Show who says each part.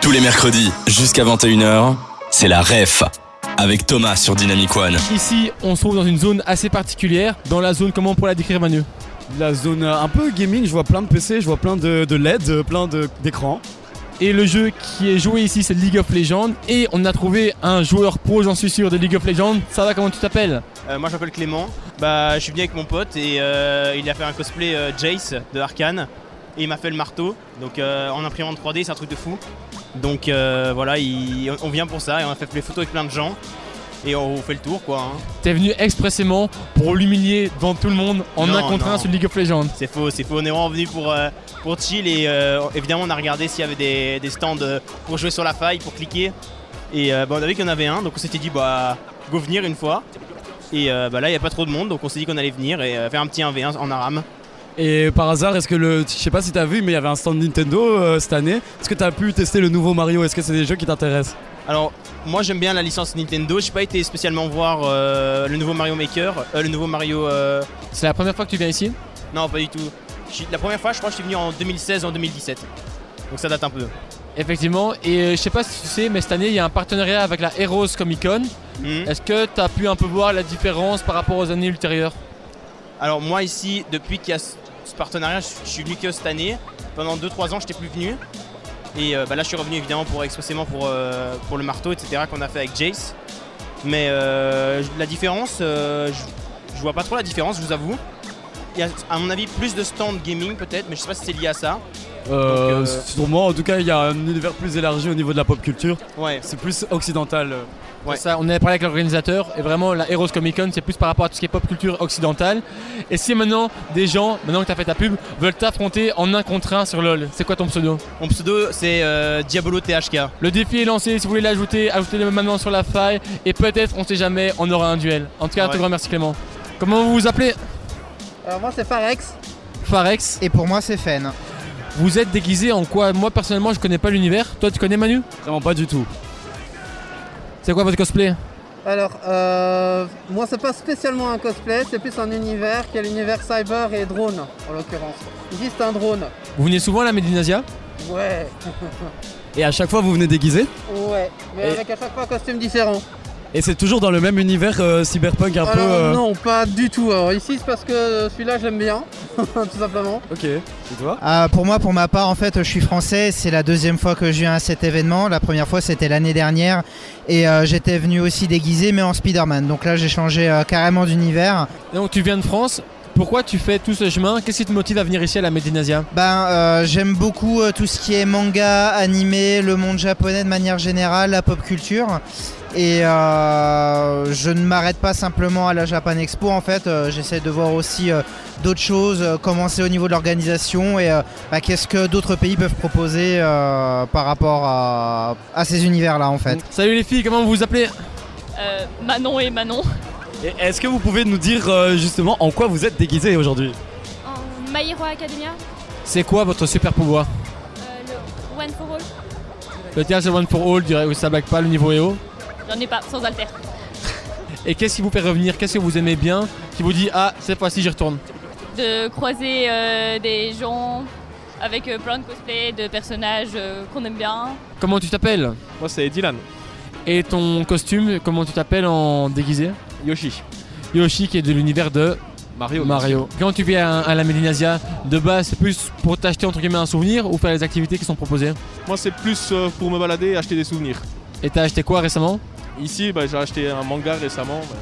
Speaker 1: Tous les mercredis, jusqu'à 21h, c'est la REF. Avec Thomas sur Dynamic One.
Speaker 2: Ici, on se trouve dans une zone assez particulière. Dans la zone, comment on pourrait la décrire, Manu
Speaker 3: La zone euh, un peu gaming, je vois plein de PC, je vois plein de, de LED, euh, plein de- d'écrans.
Speaker 2: Et le jeu qui est joué ici, c'est League of Legends. Et on a trouvé un joueur pro, j'en suis sûr, de League of Legends. Ça va, comment tu t'appelles
Speaker 4: Euh, moi je m'appelle Clément, bah, je suis venu avec mon pote et euh, il a fait un cosplay euh, Jace de Arkane et il m'a fait le marteau, donc euh, en imprimante 3D c'est un truc de fou. Donc euh, voilà, il- on- on vient pour ça et on a fait les photos avec plein de gens et on fait le tour quoi. hein.
Speaker 2: T'es venu expressément pour l'humilier devant tout le monde en
Speaker 4: Non,
Speaker 2: un contre
Speaker 4: non.
Speaker 2: un sur League of Legends.
Speaker 4: C'est faux, c'est faux, on est vraiment venu pour, euh, pour chill et euh, évidemment on a regardé s'il y avait des, des stands euh, pour jouer sur la faille, pour cliquer. Et euh, bah, on a vu qu'il y en avait un, donc on s'était dit bah go venir une fois. Et euh, bah, là il n'y a pas trop de monde, donc on s'est dit qu'on allait venir et euh, faire un petit 1v1 en aram.
Speaker 3: Et par hasard, est-ce que le. Je sais pas si t'as vu, mais il y avait un stand Nintendo euh, cette année. Est-ce que t'as pu tester le nouveau Mario Est-ce que c'est des jeux qui t'intéressent
Speaker 4: Alors, moi j'aime bien la licence Nintendo. J'ai pas été spécialement voir euh, le nouveau Mario Maker, euh, le nouveau Mario. euh,
Speaker 2: C'est la première fois que tu viens ici
Speaker 4: Non, pas du tout. Je suis- La première fois, je crois que je suis venu en 2016 en 2017. Donc ça date un peu.
Speaker 2: Effectivement. Et euh, je sais pas si tu sais, mais cette année, il y a un partenariat avec la Heroes Comic Con.
Speaker 4: Mhm.
Speaker 2: Est-ce que t'as pu un peu voir la différence par rapport aux années ultérieures
Speaker 4: Alors, moi ici, depuis qu'il y a ce ce partenariat, je je suis venu que cette année. Pendant 2-3 ans, je n'étais plus venu. Et euh, bah, là, je suis revenu évidemment pour expressément pour, euh, pour le marteau, etc., qu'on a fait avec Jace. Mais euh, la différence, euh, je, je vois pas trop la différence, je vous avoue. Il y a, à mon avis, plus de stands gaming peut-être, mais je sais pas si c'est lié à ça.
Speaker 3: euh,
Speaker 4: euh,
Speaker 3: Sûrement, en tout cas, il y a un univers plus élargi au niveau de la pop culture.
Speaker 4: Ouais,
Speaker 3: C'est plus occidental. euh.
Speaker 4: Ouais.
Speaker 2: Ça, on avait parlé avec l'organisateur et vraiment la Heroes Comic Con c'est plus par rapport à tout ce qui est pop culture occidentale. Et si maintenant des gens, maintenant que t'as fait ta pub, veulent t'affronter en un contre un sur LoL, c'est quoi ton pseudo
Speaker 4: mon pseudo c'est euh, Diabolo THK.
Speaker 2: Le défi est lancé, si vous voulez l'ajouter, ajoutez-le maintenant sur la faille et peut-être on sait jamais, on aura un duel. En tout cas, un
Speaker 4: Ouais.
Speaker 2: tout grand merci Clément. Comment vous vous appelez
Speaker 5: Alors moi c'est Farex
Speaker 2: Farex,
Speaker 5: et pour moi c'est Fen.
Speaker 2: vous êtes déguisé en quoi Moi personnellement je connais pas l'univers, toi tu connais Manu
Speaker 3: Vraiment pas du tout.
Speaker 2: C'est quoi votre cosplay
Speaker 5: Alors euh, moi c'est pas spécialement un cosplay, c'est plus un univers qui est l'univers cyber et drone en l'occurrence. Juste un drone.
Speaker 2: Vous venez souvent à la Médinasia
Speaker 5: Ouais,
Speaker 3: Et à chaque fois, vous venez déguisé
Speaker 5: ouais, mais
Speaker 3: Et-
Speaker 5: avec à chaque fois un costume différent.
Speaker 3: Et c'est toujours dans le même univers euh, cyberpunk un
Speaker 5: Alors
Speaker 3: peu. euh,
Speaker 5: non, pas du tout. Alors ici c'est parce que celui-là j'aime bien, tout simplement.
Speaker 3: Ok. Et toi
Speaker 6: Ah, pour moi, pour ma part, en fait, je suis français. C'est la deuxième fois que je viens à cet événement. La première fois, c'était l'année dernière. Et euh, j'étais venu aussi déguisé, mais en Spider-Man. Donc là, j'ai changé euh, carrément d'univers.
Speaker 2: Donc tu viens de France, pourquoi tu fais tout ce chemin Qu'est-ce qui te motive à venir ici à la Médinasia
Speaker 6: Ben, euh, j'aime beaucoup euh, tout ce qui est manga, animé, le monde japonais de manière générale, la pop culture. Et euh, je ne m'arrête pas simplement à la Japan Expo. En fait, euh, j'essaie de voir aussi euh, d'autres choses, euh, comment c'est au niveau de l'organisation et euh, bah, qu'est-ce que d'autres pays peuvent proposer euh, par rapport à, à ces univers-là, en fait.
Speaker 2: Salut les filles, comment vous vous appelez
Speaker 7: Euh, Manon et Manon.
Speaker 3: Et Est-ce que vous pouvez nous dire euh, justement en quoi vous êtes déguisé aujourd'hui
Speaker 7: En My Hero Academia,
Speaker 2: C'est quoi votre super pouvoir
Speaker 7: euh, le One for All.
Speaker 2: Le tien c'est One for All, je dirais, oui, ça blague pas, le niveau est haut.
Speaker 7: J'en ai pas, sans alter.
Speaker 2: Et qu'est-ce qui vous fait revenir Qu'est-ce que vous aimez bien Qui vous dit, ah, cette fois-ci j'y retourne
Speaker 7: De croiser euh, des gens avec euh, plein de cosplays, de personnages euh, qu'on aime bien.
Speaker 2: Comment tu t'appelles
Speaker 8: Moi c'est Dylan,
Speaker 2: Et ton costume, comment tu t'appelles en déguisé
Speaker 8: Yoshi,
Speaker 2: Yoshi qui est de l'univers de
Speaker 8: Mario.
Speaker 2: Mario. Quand tu viens à, à la Médinasia, de base c'est plus pour t'acheter entre guillemets un souvenir ou faire les activités qui sont proposées
Speaker 8: Moi c'est plus euh, pour me balader et acheter des souvenirs.
Speaker 2: Et t'as acheté quoi récemment
Speaker 8: Ici bah, j'ai acheté un manga récemment. bah,